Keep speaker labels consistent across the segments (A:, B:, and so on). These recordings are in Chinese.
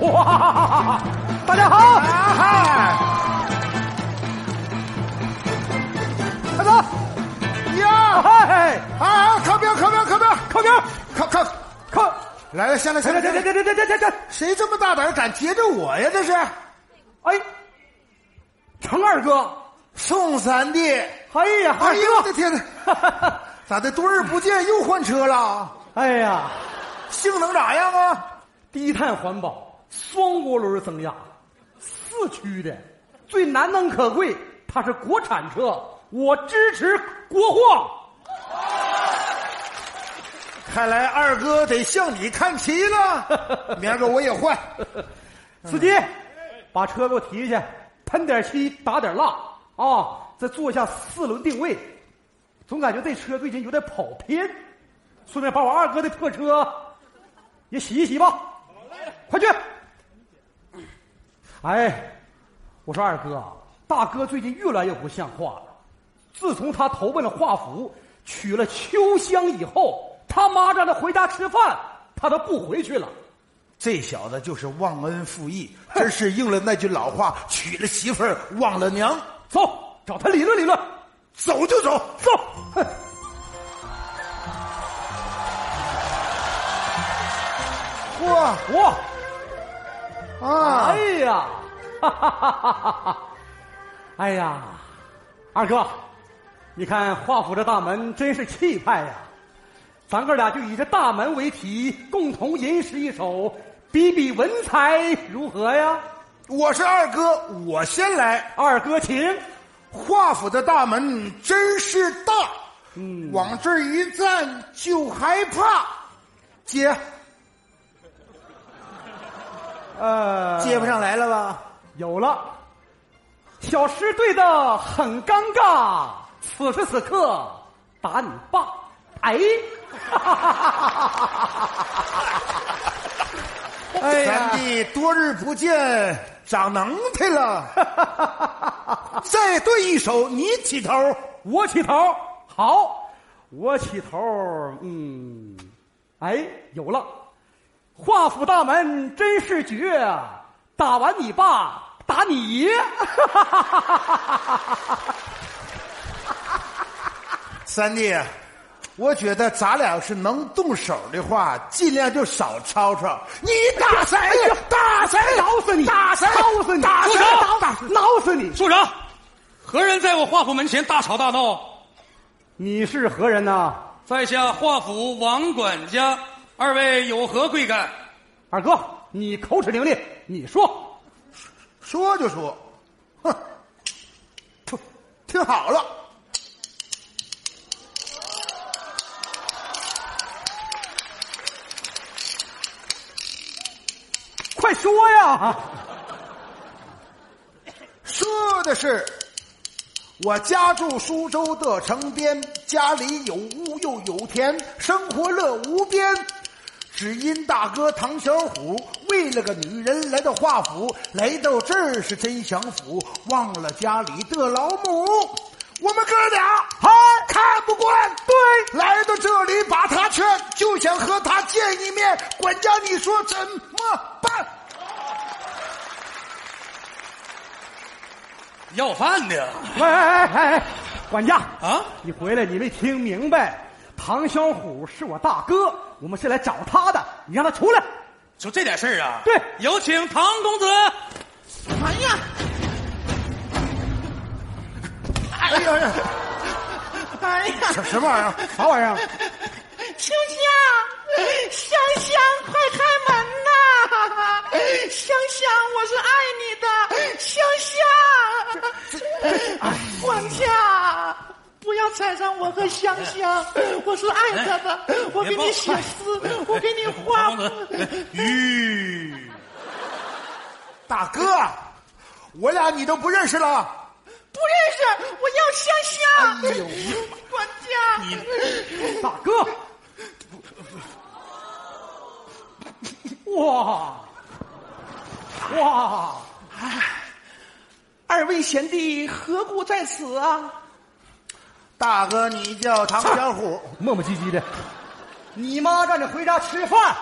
A: 哇！大家好，嗨，
B: 啊快走！呀，
A: 嗨，
B: 啊，靠边，靠边，靠边，
A: 靠边，
B: 靠靠！
A: 靠！
B: 来了，下来，下
A: 这
B: 来，
A: 这
B: 下
A: 这
B: 来！
A: 这这这这这，
B: 谁这么大胆，敢截着我呀？这是
A: 哎，程二哥，
B: 宋三弟！
A: 哎呀，
B: 哎
A: 二
B: 呦，我的天哪！
A: 哥，
B: 咋的？多日不见，又换车了？
A: 哎呀，
B: 性能咋样啊？
A: 低碳环保，双涡轮增压，四驱的，最难能可贵，它是国产车，我支持国货。
B: 看来二哥得向你看齐 了。明儿个我也换。
A: 司机，把车给我提去，喷点漆，打点蜡啊，再做一下四轮定位。总感觉这车最近有点跑偏，顺便把我二哥的破车也洗一洗吧。快去！哎，我说二哥啊，大哥最近越来越不像话了。自从他投奔了华府，娶了秋香以后，他妈让他回家吃饭，他都不回去了。
B: 这小子就是忘恩负义，真是应了那句老话：娶了媳妇儿忘了娘。
A: 走，找他理论理论。
B: 走就走，
A: 走。哼
B: 哇
A: 哇！
B: 啊
A: 哎！呀，哈哈哈哈哈哈！哎呀，二哥，你看华府这大门真是气派呀！咱哥俩就以这大门为题，共同吟诗一首，比比文采如何呀？
B: 我是二哥，我先来。
A: 二哥，请。
B: 华府的大门真是大，嗯，往这儿一站就害怕。接
A: 呃，
B: 接不上来了吧？
A: 有了，小诗对的很尴尬。此时此刻，打你爸！哎，哎呀
B: 三，弟多日不见，长能耐了。 再对一首，你起头。
A: 我起头，好，我起头，嗯，哎，有了，华府大门真是绝，打完你爸，打你爷。
B: 三弟，我觉得咱俩要是能动手的话，尽量就少吵吵。你打谁？打谁？
A: 挠死你！
B: 打谁？
A: 挠死你！
B: 打谁
C: 住手？
B: 打谁？
A: 挠死你！
C: 住手！何人在我华府门前大吵大闹？
A: 你是何人呐？
C: 在下华府王管家，二位有何贵干？
A: 二哥，你口齿伶俐，你说。
B: 说就说，哼，听听好了，
A: 快说呀！
B: 说的是我家住苏州的城边，家里有屋又有田，生活乐无边。只因大哥唐小虎为了个女人来到华府，来到这儿是真享福，忘了家里的老母。我们哥俩嗨看不惯，对，来到这里把他劝，就想和他见一面。管家，你说怎么办？
C: 要饭的
A: 哎哎哎哎哎，管家
C: 啊！
A: 你回来你没听明白？唐小虎是我大哥，我们是来找他的，你让他出来。
C: 就这点事儿啊？
A: 对
C: 有请唐公子。
B: 哎呀！哎呀呀！
D: 哎呀，
B: 什什么玩意儿？
A: 啥玩意儿？
D: 秋香，香香，快开门呐！香香，我是爱你的，香香。管家，不要踩上我和香香，我是爱她的，
B: 哎
D: 我给你写诗，我给你画
C: 唐公 子，嗯吁，
B: 大哥，我俩你都不认识了？
D: 不认识，我要香香。
B: 哎呦
D: 管家，
A: 大 哥，哇哇！
D: 二位贤弟何故在此啊？
B: 大哥，你叫唐小虎，
A: 磨磨唧唧的。你妈让你回家吃饭。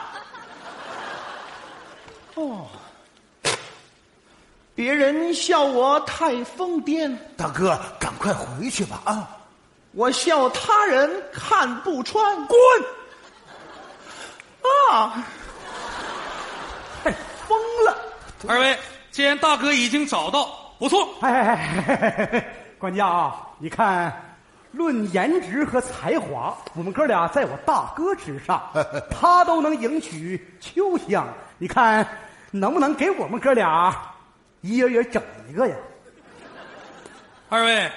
D: 别人笑我太疯癫，
B: 大哥，赶快回去吧啊！
D: 我笑他人看不穿。
A: 滚！
D: 啊，
A: 哎疯了！
C: 二位，既然大哥已经找到，不错，
A: 哎哎哎哎！管家啊，你看，论颜值和才华，我们哥俩在我大哥之上，他都能迎娶秋香。你看，能不能给我们哥俩一人也整一个呀？
C: 二位，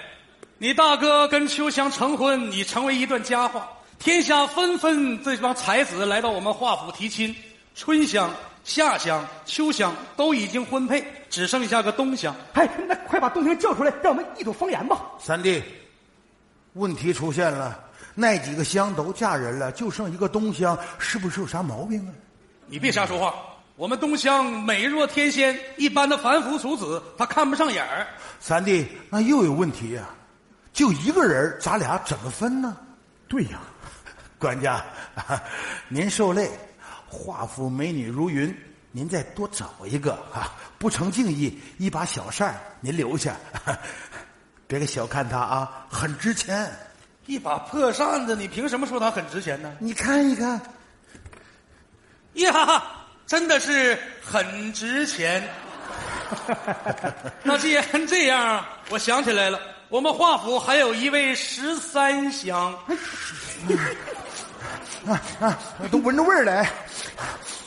C: 你大哥跟秋香成婚，已成为一段佳话，天下纷纷这帮才子来到我们华府提亲，春香、夏香、秋香都已经婚配，只剩下个冬香。
A: 哎，那快把东平叫出来，让我们一睹风颜吧！
B: 三弟，问题出现了，那几个乡都嫁人了，就剩一个东乡，是不是有啥毛病啊？
C: 你别瞎说话，我们东乡美若天仙，一般的凡夫俗子他看不上眼儿。
B: 三弟，那又有问题呀、就一个人，咱俩怎么分呢？
A: 对呀、
B: 管家，您受累，华府美女如云，您再多找一个啊！不成敬意，一把小扇儿您留下， 别给小看它啊，很值钱。
C: 一把破扇子，你凭什么说它很值钱呢？
B: 你看一看，
C: 呀，真的是很值 钱。那既然这样，我想起来了，我们华府还有一位十三香。
B: 啊都闻着味儿 来。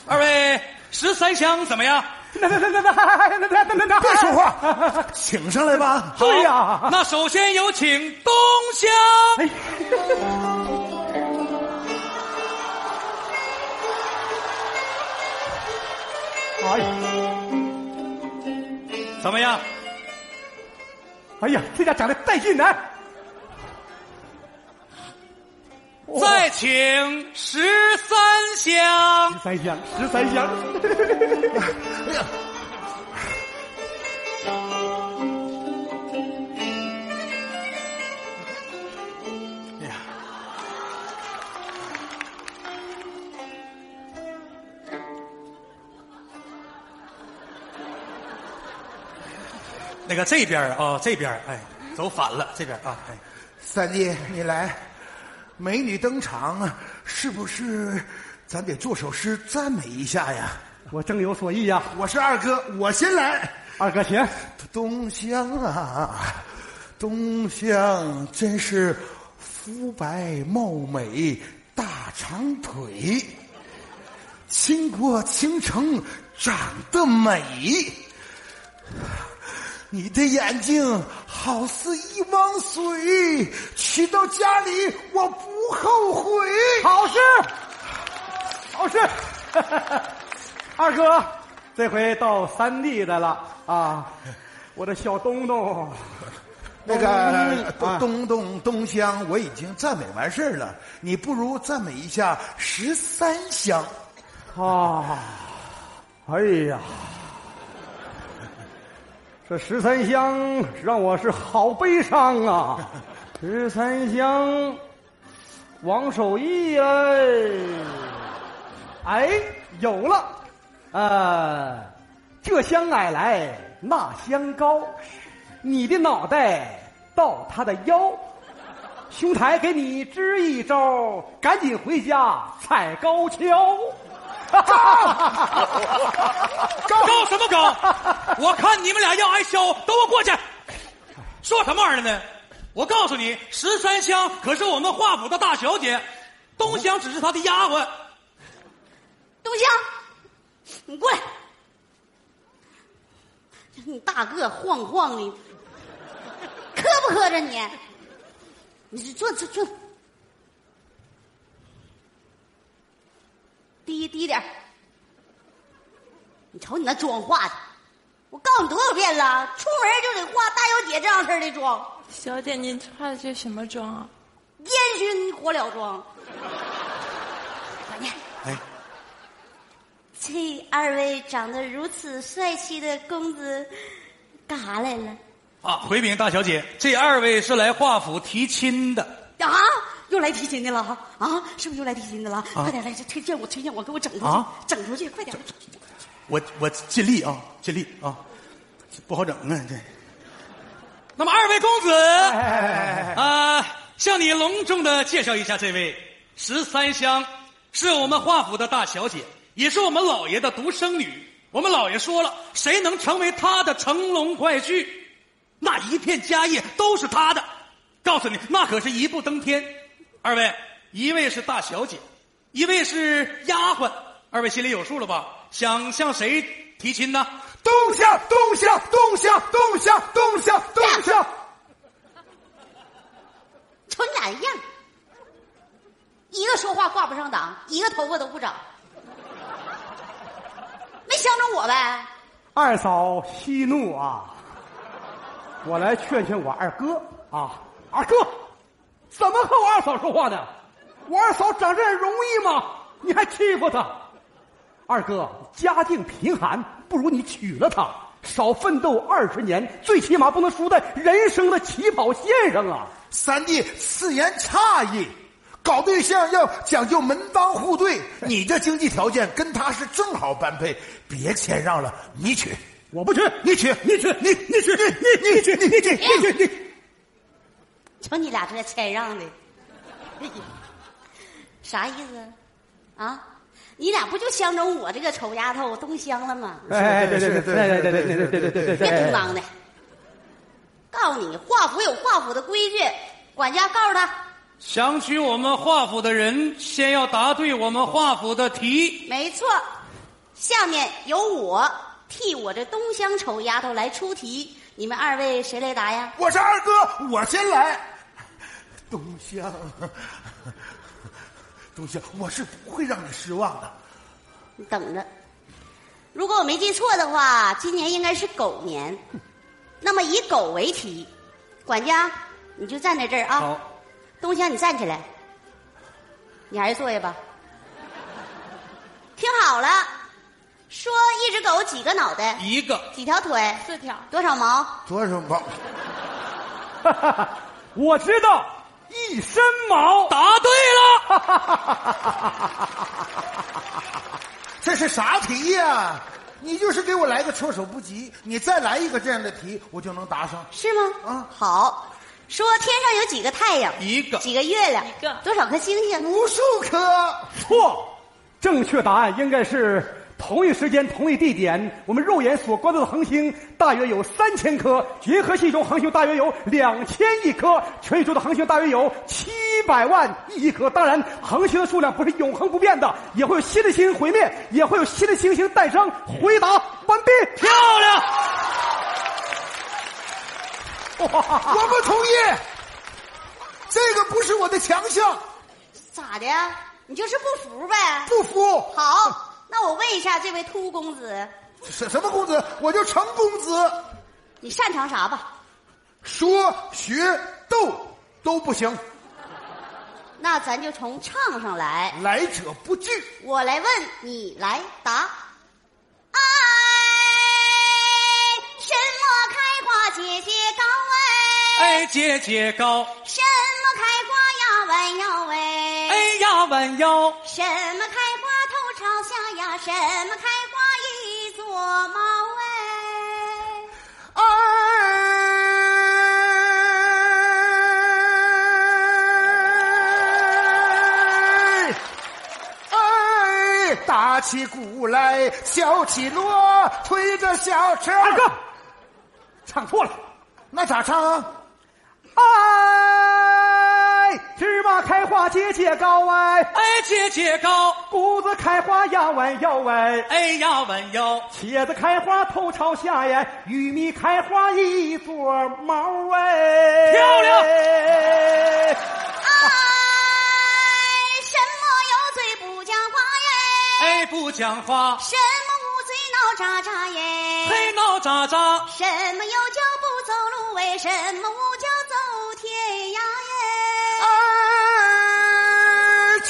C: 二位十三香怎么样？
A: 那那那那那那那那那那
B: 别说话，请上来吧。
C: 好
A: 对呀
C: 那首先有请东香。哎
A: 哎呀，
C: 怎么样？
A: 哎呀，这家长得带劲呢！啊
C: 再请十三香。
A: 十三香，十三香，
C: 那个这边儿啊、这边儿哎，走反了，这边儿啊，哎，
B: 三弟，你来，美女登场，啊是不是咱得做首诗赞美一下呀？
A: 我正有所意呀、
B: 我是二哥，我先来。
A: 二哥行，
B: 东乡啊，东乡真是肤白貌美，大长腿。倾国倾城长得美，你的眼睛好似一汪水，娶到家里我不后悔。
A: 好事，好事。 二哥，这回到三弟来了啊！我的小东东，
B: 那个
A: 啊
B: 东嗯东东东乡，我已经赞美完事儿了，你不如赞美一下十三香。
A: 啊，哎呀， 这十三香让我是好悲伤啊！十三香，王守义哎，哎，有了，呃，这香矮来那香高，你的脑袋到他的腰。兄台给你支一招，赶紧回家踩高跷。
C: 高什么高？我看你们俩要挨削，都给我过去！说什么玩意儿呢？我告诉你，十三香可是我们华府的大小姐，东香只是她的丫鬟。
E: 东乡，你过来！你大个晃晃的，磕不磕碜你？你坐坐坐，低低点儿你瞅你那妆化的，我告诉你多少遍了，出门就得化大小姐这样式儿的妆。
F: 小姐，您化的这什么妆啊？
E: 烟熏火燎妆。管家，
B: 哎，
E: 这二位长得如此帅气的公子，干啥来了？
C: 啊，回禀大小姐，这二位是来华府提亲的。
E: 啊，又来提亲的了哈！啊，是不是又来提亲的了？快点来，这推荐我，推荐我，给我整出去，
C: 啊
E: 整出去，快点！
C: 我我尽力啊，尽力啊，不好整啊这。那么二位公子，啊，向你隆重的介绍一下，这位十三香是我们华府的大小姐，也是我们老爷的独生女。我们老爷说了，谁能成为她的乘龙快婿，那一片家业都是她的。告诉你，那可是一步登天。二位，一位是大小姐，一位是丫鬟，二位心里有数了吧？想向谁提亲呢？
B: 动下，动下，动下，动下，动下，动下。
E: 瞅你俩一样，一个说话挂不上档，一个头发都不长，没相中我呗？
A: 二嫂息怒啊！我来劝劝我二哥啊，二哥，怎么和我二嫂说话呢？我二嫂长这样容易吗？你还欺负她？二哥家境贫寒，不如你娶了她，少奋斗二十年，最起码不能输在人生的起跑线上啊！
B: 三弟此言差矣，搞对象要讲究门当户对，你这经济条件跟他是正好般配，别谦让了，你娶，
A: 我不去，
B: 你娶，你娶，你你娶，你你娶，你你娶，你娶，你。
E: 瞅你俩这谦让的，哎呀啥意思啊？啊，你俩不就相中我这个丑丫头东乡了吗？
A: 哎，对对对对对对对对对对对
E: 别
A: 对
E: 叮，当的。告诉你，华府有华府的规矩，管家告诉他，
C: 想娶我们华府的人，先要答对我们华府的题。
E: 没错。下面由我替我这东乡丑丫头来出题，你们二位谁来答呀？
B: 我是二哥，我先来。东乡，东乡，我是不会让你失望的。
E: 你等着。如果我没记错的话，今年应该是狗年，那么以狗为题，管家你就站在这儿啊。
C: 好，
E: 东乡，你站起来，你还是坐下吧。听好了，说一只狗几个脑袋，
C: 一个
E: 几条腿，
F: 四条，
E: 多少毛？
B: 多少毛？
A: 我知道，一身毛。
C: 答对了，
B: 这是啥题呀、你就是给我来个措手不及，你再来一个这样的题，我就能答上。
E: 是吗？
B: 啊
E: 好。说天上有几个太阳？
C: 一个
E: 几个月亮？
F: 一个
E: 多少颗星星？
B: 无数颗，
A: 错，正确答案应该是同一时间、同一地点，我们肉眼所观测的恒星大约有三千颗，银河系中恒星大约有两千亿颗，全宇宙的恒星大约有七百万亿颗。当然，恒星的数量不是永恒不变的，也会有新的星星毁灭，也会有新的星星诞生。回答完毕。
C: 漂亮。
B: 我不同意。这个不是我的强项，
E: 咋的？你就是不服呗？
B: 不服。
E: 好，那我问一下这位秃公子，
B: 什什么公子？我就程公子，
E: 你擅长啥吧？
B: 说学逗都不行，
E: 那咱就从唱上来。
B: 来者不拒。
E: 我来问，你来答。爱什么开花节节高哎？
C: 哎，节节高，
E: 什么开花呀弯腰
C: 哎
E: 哎？
C: 呀弯腰，
E: 什么开花头朝下呀？什么开花一撮毛哎？
B: 哎哎，打起鼓来，敲起锣，推着小车。
A: 二哎哥，唱错了。
B: 那咋唱啊？
A: 哎，芝麻开花节节高哎，
C: 哎，节节高，
A: 谷子开花呀弯腰哎。
C: 哎呀弯腰，
A: 茄子开花头朝下呀，玉米开花一撮毛哎，
C: 漂亮
E: 哎，什么有嘴不讲话耶？
C: 哎不讲话，
E: 什么捂嘴闹喳喳耶？
C: 嘿闹喳喳，
E: 什么有脚不走路哎，什么无脚走天涯哎？
B: 哎，
A: 啊
B: 唱。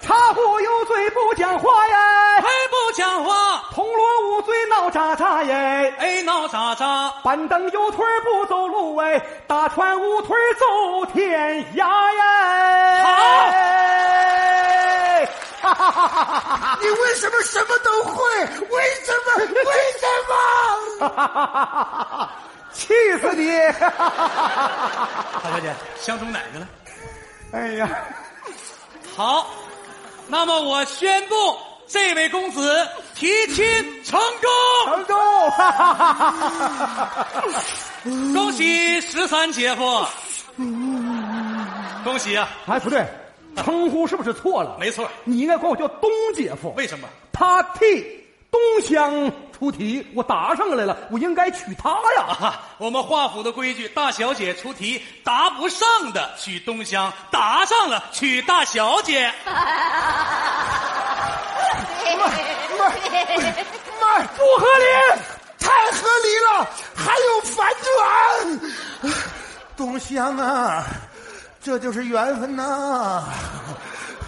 A: 茶壶有嘴不讲话呀哎
C: 嘿，不讲话，
A: 铜锣捂嘴闹喳喳喳耶，
C: 哎，闹喳喳，
A: 板凳有腿儿不走路哎，大船无腿儿走天涯哎。好，哈哈哈哈哈。
B: 你为什么什么都会？为什么？为什么？
A: 哈哈哈哈哈！气死你！
C: 大小姐相中哪个了？
A: 哎呀，
C: 好，那么我宣布这位公子提亲成功，
A: 成功！哈哈哈哈
C: 恭喜十三姐夫，恭喜啊！
A: 哎，不对，称呼是不是错了？
C: 没错，
A: 你应该管我叫东姐夫。
C: 为什么？
A: 他替东乡出题，我答上来了，我应该娶她呀。
C: 啊，我们华府的规矩，大小姐出题答不上的娶东乡，答上了娶大小姐。
B: 妈，
A: 不合理！
B: 太合理了，还有反转。东乡啊，这就是缘分呐、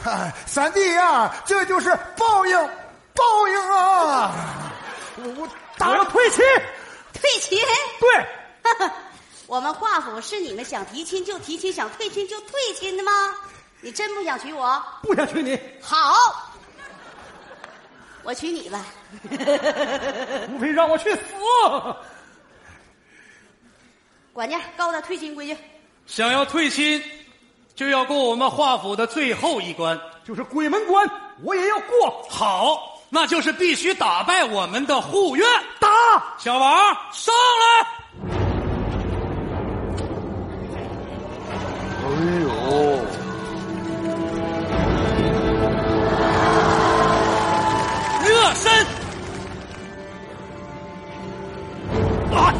B: 哎三弟呀、这就是报应，报应啊！我我打
A: 我要退亲。
E: 退亲？
A: 对，
E: 我们华府是你们想提亲就提亲，想退亲就退亲的吗？你真不想娶我？
A: 不想娶你，
E: 好，我娶你吧。
A: 无非让我去死。
E: 管家，告诉他退亲规矩。
C: 想要退亲，就要过我们华府的最后一关。
A: 就是鬼门关，我也要过。
C: 好，那就是必须打败我们的护院。
A: 打！
C: 小王上来，哎哎呦，热身。
B: 啊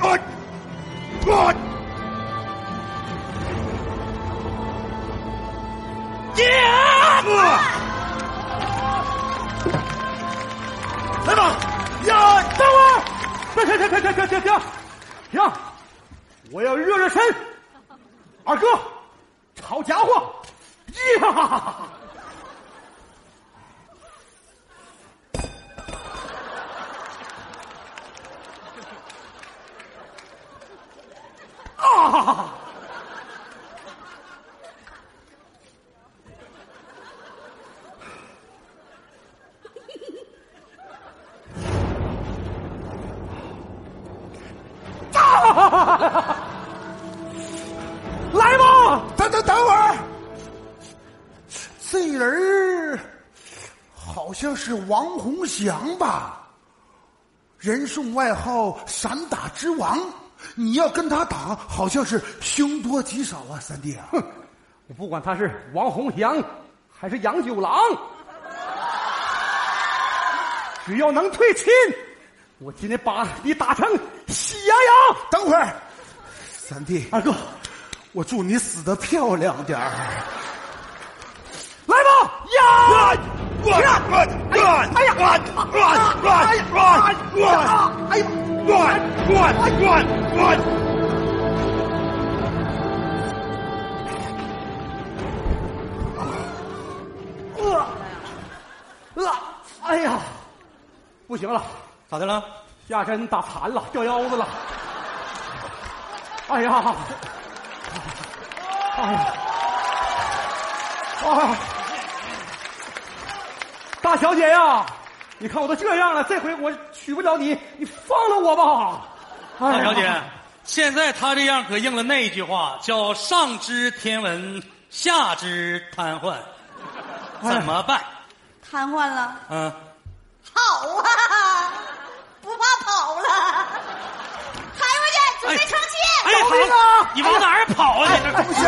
B: 啊啊！
A: 来吧，呀，等会儿，停停停停停停停停，我要热热身。二哥，好家伙，呀！啊！来吧，
B: 等等等会儿，这人儿好像是王洪祥吧？人送外号“散打之王”，你要跟他打，好像是凶多吉少啊，三弟啊！
A: 我不管他是王洪祥还是杨九郎，只要能退亲，我今天把你打成喜羊羊。
B: 等会儿，三弟，
A: 二哥，
B: 我祝你死的漂亮点儿。
A: 来吧，呀！哎呀，哎呀，哎呀，饿，饿，哎呀，不行了，
C: 咋的了？
A: 下身打残了，掉腰子了。哎呀，哎呀，啊！大小姐呀，你看我都这样了，这回我娶不了你，你放了我吧。哎呀
C: 啊大小姐，现在他这样可应了那一句话，叫“上知天文，下知瘫痪”，怎么办？
E: 瘫痪了，
C: 嗯，
E: 好啊，不怕跑了，抬回去，准备成亲。
C: 哎哎，好，你往哪儿跑啊？你这
B: 不行，